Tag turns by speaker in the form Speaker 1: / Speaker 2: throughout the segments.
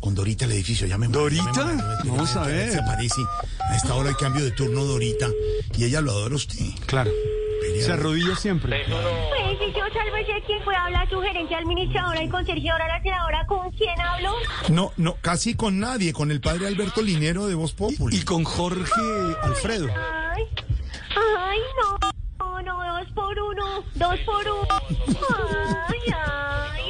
Speaker 1: con Dorita el edificio. Ya me muero, ya me
Speaker 2: ¿Dorita?
Speaker 1: muero, ya me-
Speaker 2: Vamos
Speaker 1: ya me-
Speaker 2: a ver.
Speaker 1: Se aparece a esta hora el cambio de turno Dorita y ella lo adora a usted.
Speaker 2: Claro.
Speaker 1: Pelea.
Speaker 2: Se arrodilla siempre.
Speaker 3: Pues si yo sálvese quien pueda hablar, su gerente, administradora y conserjeadora, la senadora, ¿con quién hablo?
Speaker 1: No, no, casi con nadie, con el padre Alberto Linero de Voz Populi.
Speaker 2: Y con Jorge Alfredo.
Speaker 3: Ay, ay, no, no, no, dos por uno, dos por uno. Ay, ay,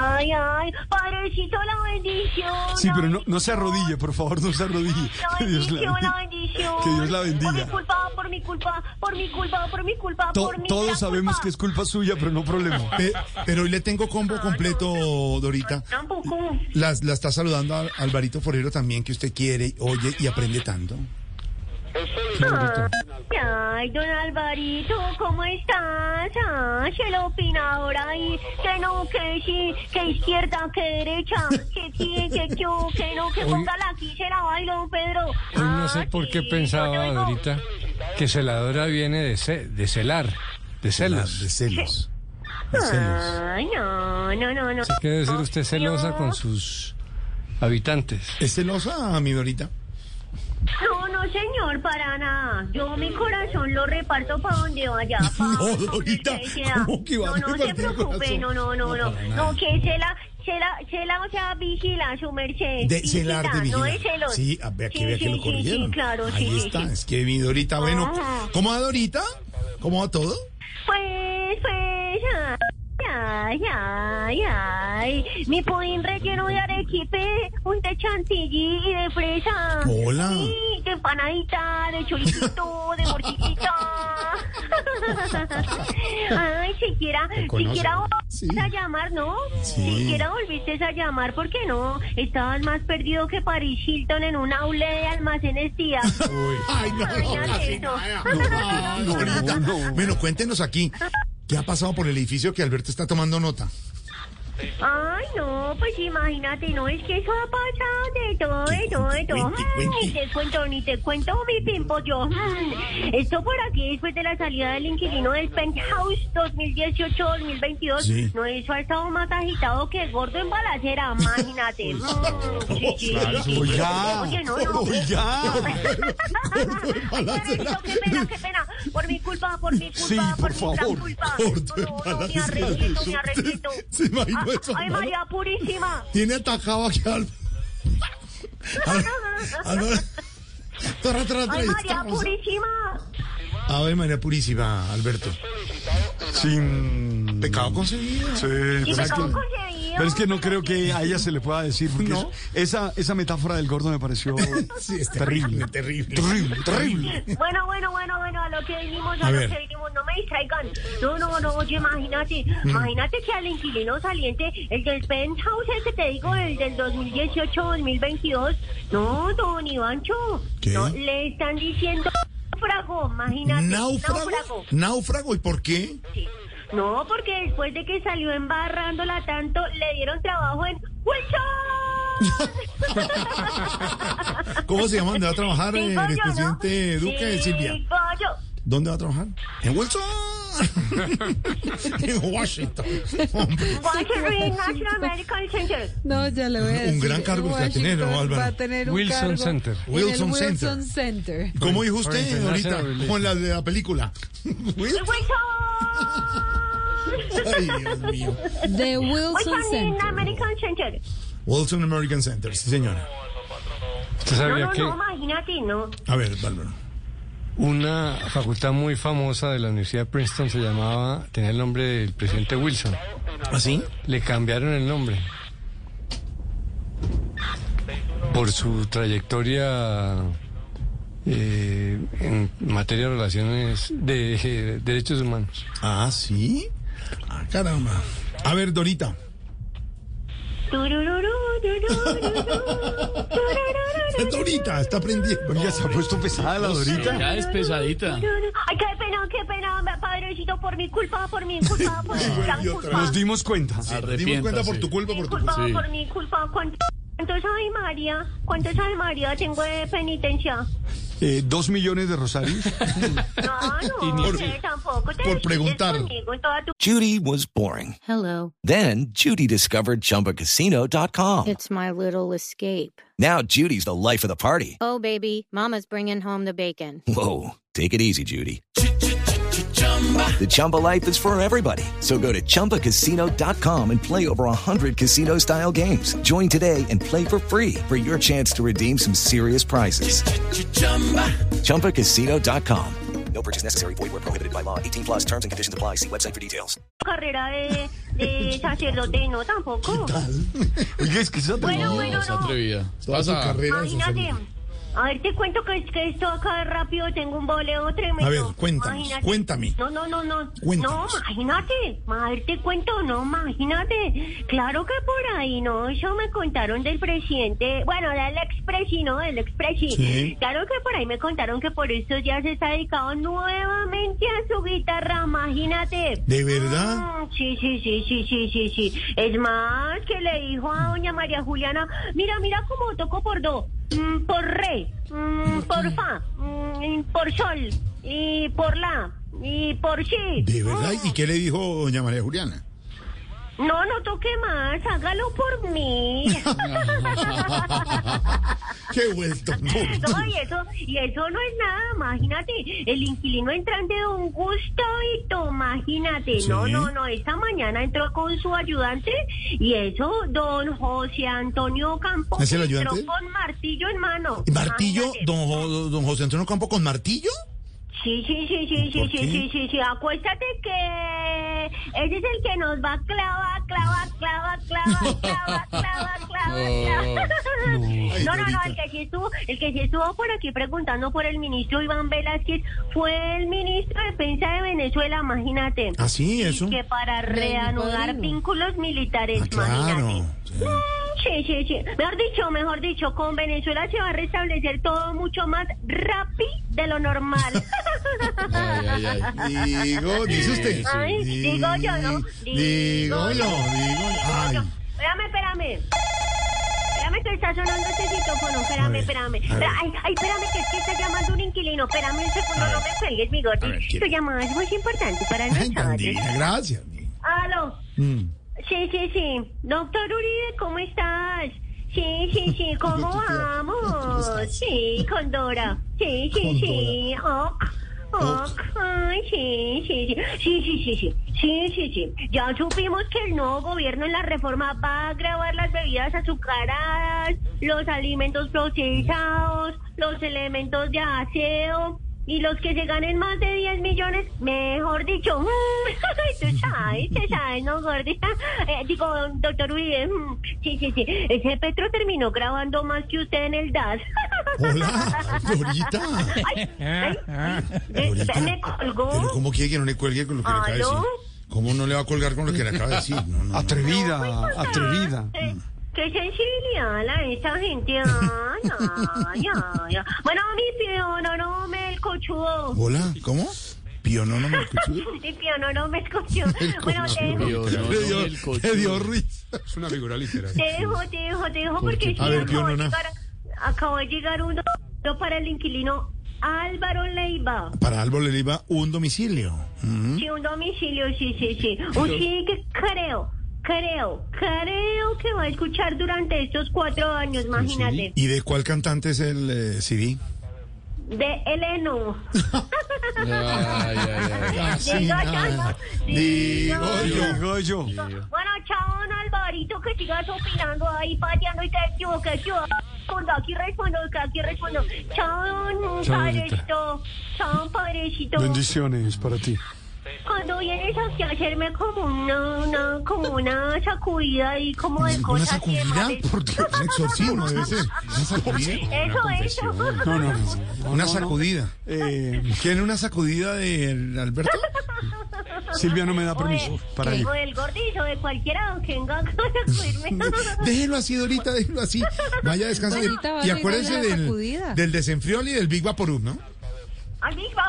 Speaker 3: ay, ay, padrecito, la bendición.
Speaker 2: Sí, pero
Speaker 3: la
Speaker 2: no, no se arrodille, por favor, no se arrodille.
Speaker 3: La
Speaker 2: Que Dios
Speaker 3: bendición,
Speaker 2: la
Speaker 3: la
Speaker 2: bendiga.
Speaker 3: bendición.
Speaker 2: Que Dios la
Speaker 3: Por mi
Speaker 2: bendiga.
Speaker 3: culpa, por mi culpa, por mi culpa, por mi culpa,
Speaker 2: To-
Speaker 3: por mi gran
Speaker 2: todos sabemos que es culpa suya, pero no problema.
Speaker 1: Pe- pero hoy le tengo combo completo, Dorita.
Speaker 3: Tampoco.
Speaker 1: Las, la está saludando a Alvarito Forero también, que usted quiere, oye y aprende tanto.
Speaker 3: Ay, don Alvarito, ¿cómo estás? Ah, se lo opina ahora y que no, que sí, que izquierda, que derecha, que sí, que yo, que no, que ponga la aquí, se la bailo, Pedro.
Speaker 4: Hoy no sé
Speaker 3: Ah,
Speaker 4: por qué
Speaker 3: sí,
Speaker 4: pensaba
Speaker 3: yo te oigo.
Speaker 4: ahorita que celadora viene de, ce- de celar, de celos.
Speaker 1: De celos. De celos.
Speaker 3: Ay, no, no, no, no.
Speaker 4: ¿Qué debe ser usted celosa
Speaker 3: Dios.
Speaker 4: con sus habitantes?
Speaker 1: ¿Es celosa, mi Dorita?
Speaker 3: No, no, señor, para nada. Yo mi corazón lo reparto para donde vaya. pa'
Speaker 1: No,
Speaker 3: donde
Speaker 1: Dorita,
Speaker 3: usted quiera.
Speaker 1: ¿cómo que va a
Speaker 3: No, no se
Speaker 1: repartir el
Speaker 3: preocupe,
Speaker 1: corazón?
Speaker 3: no, no, no, no. No, que se la, se la, se la, o sea, vigila, su merced.
Speaker 1: De celar, de
Speaker 3: Vigila, No
Speaker 1: vigilar.
Speaker 3: de celos.
Speaker 1: Sí, a ver, que vea
Speaker 3: sí,
Speaker 1: que lo
Speaker 3: sí,
Speaker 1: corrigieron.
Speaker 3: Sí, claro,
Speaker 1: Ahí
Speaker 3: sí, sí,
Speaker 1: está,
Speaker 3: sí. Ah.
Speaker 1: es que mi Dorita, bueno.
Speaker 3: Ajá.
Speaker 1: ¿Cómo va Dorita? ¿Cómo va todo?
Speaker 3: Pues, pues, ay, ay, ay, ay. Mi pudín relleno de arequipe, un de chantilly y de fresa.
Speaker 1: Hola.
Speaker 3: Sí, de empanadita, de choricito, de morcillita. ay, siquiera,
Speaker 1: conoce.
Speaker 3: siquiera
Speaker 1: Sí.
Speaker 3: volviste a llamar, ¿no?
Speaker 1: Sí.
Speaker 3: Siquiera volviste a llamar, ¿por qué no? Estabas más perdido que Paris Hilton en un aule de almacenes tía.
Speaker 1: Ay, no,
Speaker 3: Imagínate eso.
Speaker 1: no, no, Dorita. Bueno, cuéntenos aquí. ¿Qué ha pasado por el edificio que Alberto está tomando nota?
Speaker 3: Ay, no, pues imagínate, no, es que eso ha pasado de todo, de todo, de todo.
Speaker 1: Cuente,
Speaker 3: Ay,
Speaker 1: cuente.
Speaker 3: Ni te cuento, ni te cuento, mi pimpo, yo. mm. Esto por aquí, después de la salida del inquilino del penthouse 2018-2022,
Speaker 1: Sí.
Speaker 3: no, eso ha estado más agitado que gordo en balacera, imagínate. Mm, sí, sí, sí, sí.
Speaker 2: Oiga,
Speaker 3: Oye, no, no.
Speaker 2: oiga.
Speaker 3: Ay, Pedrito, qué pena, qué pena. Por mi culpa, por mi culpa,
Speaker 2: Sí, por
Speaker 3: mi gran
Speaker 2: favor.
Speaker 3: culpa.
Speaker 1: Gordo en
Speaker 3: No, no, me
Speaker 1: balacera.
Speaker 3: arrepiento, me arrepiento.
Speaker 1: ¿Se imaginó
Speaker 3: Ah,
Speaker 1: eso,
Speaker 3: Ay,
Speaker 1: hermano?
Speaker 3: María Purísima.
Speaker 1: Tiene atajado aquí al... Alberto.
Speaker 3: Ay, María Purísima.
Speaker 1: Ave María Purísima, Alberto.
Speaker 2: Sin.
Speaker 1: Pecado concebido.
Speaker 2: Sí,
Speaker 3: Y
Speaker 2: pero
Speaker 3: me
Speaker 2: es que-
Speaker 3: acabo concebido.
Speaker 2: pero es que no creo que a ella se le pueda decir, porque
Speaker 1: No.
Speaker 2: es- esa, esa metáfora del gordo me pareció
Speaker 1: Ah, Sí, es
Speaker 2: terrible.
Speaker 1: terrible.
Speaker 2: Terrible, terrible.
Speaker 3: Bueno, bueno, bueno, bueno, a lo que vinimos, a,
Speaker 1: A
Speaker 3: lo
Speaker 1: ver.
Speaker 3: que vinimos, no me distraigan. No, no, no, oye, imagínate,
Speaker 2: Mm.
Speaker 3: imagínate que al inquilino saliente, el del penthouse, el que te digo, el del 2018-2022, no, don Ivancho,
Speaker 1: ¿Qué?
Speaker 3: no, le están diciendo náufrago, imagínate.
Speaker 1: ¿Náufrago? ¿Náufrago? ¿Y por qué?
Speaker 3: sí. No, porque después de que salió embarrándola tanto, le dieron trabajo en Wilson.
Speaker 1: ¿Cómo se llama? ¿Dónde va a trabajar eh,
Speaker 3: Digo
Speaker 1: el
Speaker 3: yo, ¿no?
Speaker 1: presidente Duque,
Speaker 3: Digo
Speaker 1: Silvia?
Speaker 3: yo.
Speaker 1: ¿Dónde va a trabajar? En Wilson. en Washington. Hombre.
Speaker 3: Washington National Medical Center.
Speaker 5: No, ya le voy a
Speaker 1: Un- un
Speaker 5: decir.
Speaker 1: gran cargo que va a tener, ¿no,
Speaker 5: Washington
Speaker 1: Álvaro?
Speaker 5: Va a tener un
Speaker 4: Wilson
Speaker 5: cargo
Speaker 4: Center.
Speaker 5: en
Speaker 1: Wilson
Speaker 5: el
Speaker 1: Center.
Speaker 5: Wilson Center.
Speaker 1: ¿Cómo dijo usted
Speaker 4: Por
Speaker 1: ahorita?
Speaker 4: internacional.
Speaker 1: Con la de la película. Wilson.
Speaker 3: Wilson.
Speaker 1: Ay, Dios mío.
Speaker 5: The Wilson
Speaker 3: Wilson
Speaker 5: Center.
Speaker 3: American Center.
Speaker 1: Wilson American Center, sí, señora.
Speaker 4: ¿Usted
Speaker 3: No,
Speaker 4: sabía
Speaker 3: no,
Speaker 4: que
Speaker 3: no, imagínate, no.
Speaker 1: A ver, Bárbara.
Speaker 4: una facultad muy famosa de la Universidad de Princeton se llamaba, tenía el nombre del presidente Wilson?
Speaker 2: ¿Ah,
Speaker 1: ¿Así?
Speaker 4: Le cambiaron el nombre. Por su trayectoria eh, en materia de relaciones de eh, derechos humanos.
Speaker 1: Ah, sí. Ah, caramba. A ver, Dorita.
Speaker 3: Turururú, turururú, turururú,
Speaker 1: Dorita, está aprendiendo.
Speaker 2: Oiga, se ha puesto pesada la dorita.
Speaker 6: Ya es pesadita.
Speaker 3: tururú. Ay, qué pena, qué pena, padrecito, por mi culpa, por mi culpa, por mi gran
Speaker 1: y otra
Speaker 3: culpa.
Speaker 2: Nos dimos cuenta.
Speaker 1: Dimos cuenta por
Speaker 6: Arrepiéntase.
Speaker 1: tu culpa, por tu culpa.
Speaker 3: Disculpa
Speaker 6: Sí.
Speaker 3: por mi culpa. ¿Cuántos, cuántos Ave María? ¿Cuántos Ave María tengo de penitencia?
Speaker 2: Eh, dos millones de rosarios.
Speaker 3: No, no, usted tampoco.
Speaker 1: por
Speaker 3: Te desquites
Speaker 1: preguntar.
Speaker 3: conmigo en toda tu
Speaker 7: Judy was boring.
Speaker 8: Hello,
Speaker 7: Then Judy discovered ChumbaCasino.com.
Speaker 8: it's my little escape.
Speaker 7: Now Judy's the life of the party.
Speaker 8: Oh, baby, Mama's bringing home the bacon.
Speaker 7: Whoa, take it easy, Judy. The Chumba life is for everybody. So go to ChumbaCasino.com and play over 100 casino style games. Join today and play for free for your chance to redeem some serious prizes. ChumbaCasino.com.
Speaker 9: No purchase necessary. Void where prohibited by law. 18 plus terms and conditions apply. See website for details.
Speaker 3: carrera de, de sacerdote, no, tampoco.
Speaker 2: Oiga, es que esa
Speaker 3: Bueno,
Speaker 2: tenía-
Speaker 3: bueno,
Speaker 6: Es
Speaker 3: no.
Speaker 6: atrevida.
Speaker 1: Toda su
Speaker 6: Pasa.
Speaker 1: carrera. de
Speaker 3: Imagínate.
Speaker 1: sacerdote.
Speaker 3: A ver, te cuento que, es- que esto acá rápido tengo un boleo tremendo.
Speaker 1: A ver, cuéntanos,
Speaker 3: Imagínate.
Speaker 1: cuéntame.
Speaker 3: No, no, no, no.
Speaker 1: Cuéntanos.
Speaker 3: No, imagínate. A ver, te cuento, no, imagínate. Claro que por ahí, no. Eso me contaron del presidente, bueno, del expresi, ¿no? Del expresi.
Speaker 1: Sí.
Speaker 3: Claro que por ahí me contaron que por estos días se está dedicado nuevamente a su guitarra, imagínate.
Speaker 1: ¿De verdad?
Speaker 3: Mm, Sí, sí, sí, sí, sí, sí, sí. Es más que le dijo a doña María Juliana, mira, mira cómo toco por do, mm, por re, mm, por fa, mm, por sol, y por la, y por si.
Speaker 1: ¿De verdad? ¿Y qué le dijo doña María Juliana?
Speaker 3: No, no toque más, hágalo por mí.
Speaker 1: ¡Qué vuelto!
Speaker 3: No, y eso, y eso no es nada, imagínate, el inquilino entrante de un gustadito, imagínate, no,
Speaker 1: Sí.
Speaker 3: no, no, esta mañana entró con su ayudante y eso, don José Antonio Campos
Speaker 1: ¿Es el
Speaker 3: entró
Speaker 1: ayudante?
Speaker 3: con martillo en mano.
Speaker 1: ¿Martillo?
Speaker 3: Imagínate.
Speaker 1: Don, Jo- don José Antonio Campo con martillo?
Speaker 3: Sí, sí, sí, sí, sí,
Speaker 1: ¿Por
Speaker 3: sí,
Speaker 1: qué?
Speaker 3: sí, sí, sí, acuéstate que ese es el que nos va a clavar, clavar, clavar, clavar, clavar, clavar, clavar, clavar.
Speaker 1: Ay,
Speaker 3: No, no, no, el
Speaker 1: Dorita.
Speaker 3: que sí estuvo, el que sí estuvo por aquí preguntando por el ministro Iván Velázquez fue el ministro de Defensa de Venezuela, imagínate.
Speaker 1: Ah, sí, eso.
Speaker 3: Que para
Speaker 5: Rey
Speaker 3: reanudar
Speaker 5: Padrino.
Speaker 3: vínculos militares,
Speaker 1: Ah, claro.
Speaker 3: imagínate.
Speaker 1: Sí.
Speaker 3: Sí, sí, sí. Mejor dicho, mejor dicho, con Venezuela se va a restablecer todo mucho más rápido de lo normal.
Speaker 6: Ay, ay, ay.
Speaker 1: Digo, dice usted.
Speaker 3: Ay, digo yo, ¿no?
Speaker 1: Di- Digo yo, digo yo. Ay.
Speaker 3: Espérame, espérame. Espérame que está sonando este citófono. Espérame, espérame. Ay, ay, espérame que es que está llamando un inquilino. Espérame un segundo, no me cuelgues, mi gordi. Tu llamada es muy importante para
Speaker 1: Ay, tan
Speaker 3: nosotros.
Speaker 1: divina, gracias. mi.
Speaker 3: Aló.
Speaker 1: Mm.
Speaker 3: Sí, sí, sí. Doctor Uribe, ¿cómo estás? Sí, sí, sí, ¿cómo
Speaker 1: Yo te quiero.
Speaker 3: vamos?
Speaker 1: ¿Cómo estás?
Speaker 3: Sí, con Dora. Sí, sí,
Speaker 1: Con
Speaker 3: sí. Ok, ok. Ay, sí, sí, sí. Sí, sí, sí, sí. Sí, sí, sí. Ya supimos que el nuevo gobierno en la reforma va a grabar las bebidas azucaradas, los alimentos procesados, los elementos de aseo. Y los que se ganen más de 10 millones, mejor dicho, tú sabes, tú sabes, ¿no, gordita? Eh, digo, doctor Uribe, mm, sí, sí, sí, ese Petro terminó grabando más que usted en el DAS.
Speaker 1: Hola, Dorita.
Speaker 3: Ay, ay, eh,
Speaker 1: Dorita,
Speaker 3: me colgó.
Speaker 1: Ah, Pero ¿cómo quiere que no le cuelgue con lo que le acaba de
Speaker 3: ¿Oh? ¿Aló?
Speaker 1: decir? ¿Cómo no le va a colgar con lo que le acaba de decir? No, no, no.
Speaker 2: Atrevida, atrevida.
Speaker 3: Eh, Qué sensibilidad la de esta gente. Ay, ay, ay, ay. Bueno, mi piono no me el cochudo.
Speaker 1: Hola, ¿cómo? Pionono no me escuchó.
Speaker 3: Mi piono no me escuchó. Bueno, te
Speaker 6: Yo, no, no,
Speaker 1: Le dio,
Speaker 6: el coche.
Speaker 1: le dio risa.
Speaker 4: Es una figura literaria.
Speaker 3: Te dejo, te dejo, te dejo, porque sí,
Speaker 1: A ver,
Speaker 3: acabo, de
Speaker 1: Pionona.
Speaker 3: llegar, acabo de llegar uno para el inquilino Álvaro Leiva.
Speaker 1: Para Álvaro le iba un domicilio. Mm.
Speaker 3: Sí, un domicilio, sí, sí, sí. Un sí que creo, creo, creo que va a escuchar durante estos cuatro años, imagínate.
Speaker 1: ¿Y de cuál cantante es el eh, CD?
Speaker 3: De Eleno.
Speaker 6: Ay, ay, ay.
Speaker 1: Casi nada. Digo yo.
Speaker 2: Digo yo.
Speaker 3: Bueno, chao, don Alvarito, que sigas opinando ahí, pateando y que yo, que yo. Cuando aquí respondo, que aquí respondo. Chao, don
Speaker 2: Chao,
Speaker 3: padrecito. Chao, padrecito.
Speaker 2: Bendiciones para ti.
Speaker 3: Cuando vienes aquí a hacerme como una, una, como una sacudida y como de
Speaker 1: ¿Una
Speaker 3: cosas que
Speaker 1: sacudida?
Speaker 3: mames.
Speaker 1: ¿Por qué? Un exorcismo debe ser. ¿Una sacudida?
Speaker 3: Eso, eso.
Speaker 2: No, no, no.
Speaker 1: Una sacudida.
Speaker 2: Eh,
Speaker 1: ¿Quieren una sacudida de Alberto?
Speaker 2: Silvia no me da permiso para ir.
Speaker 3: O del gordis o de cualquiera que venga a sacudirme.
Speaker 1: Déjelo así, Dorita, déjelo así. Vaya, descansa.
Speaker 3: Bueno,
Speaker 1: y-
Speaker 3: vale,
Speaker 1: y acuérdense
Speaker 3: vale la
Speaker 1: del,
Speaker 3: sacudida.
Speaker 1: del desenfriol y del Big Vaporub, ¿no?
Speaker 3: A mí va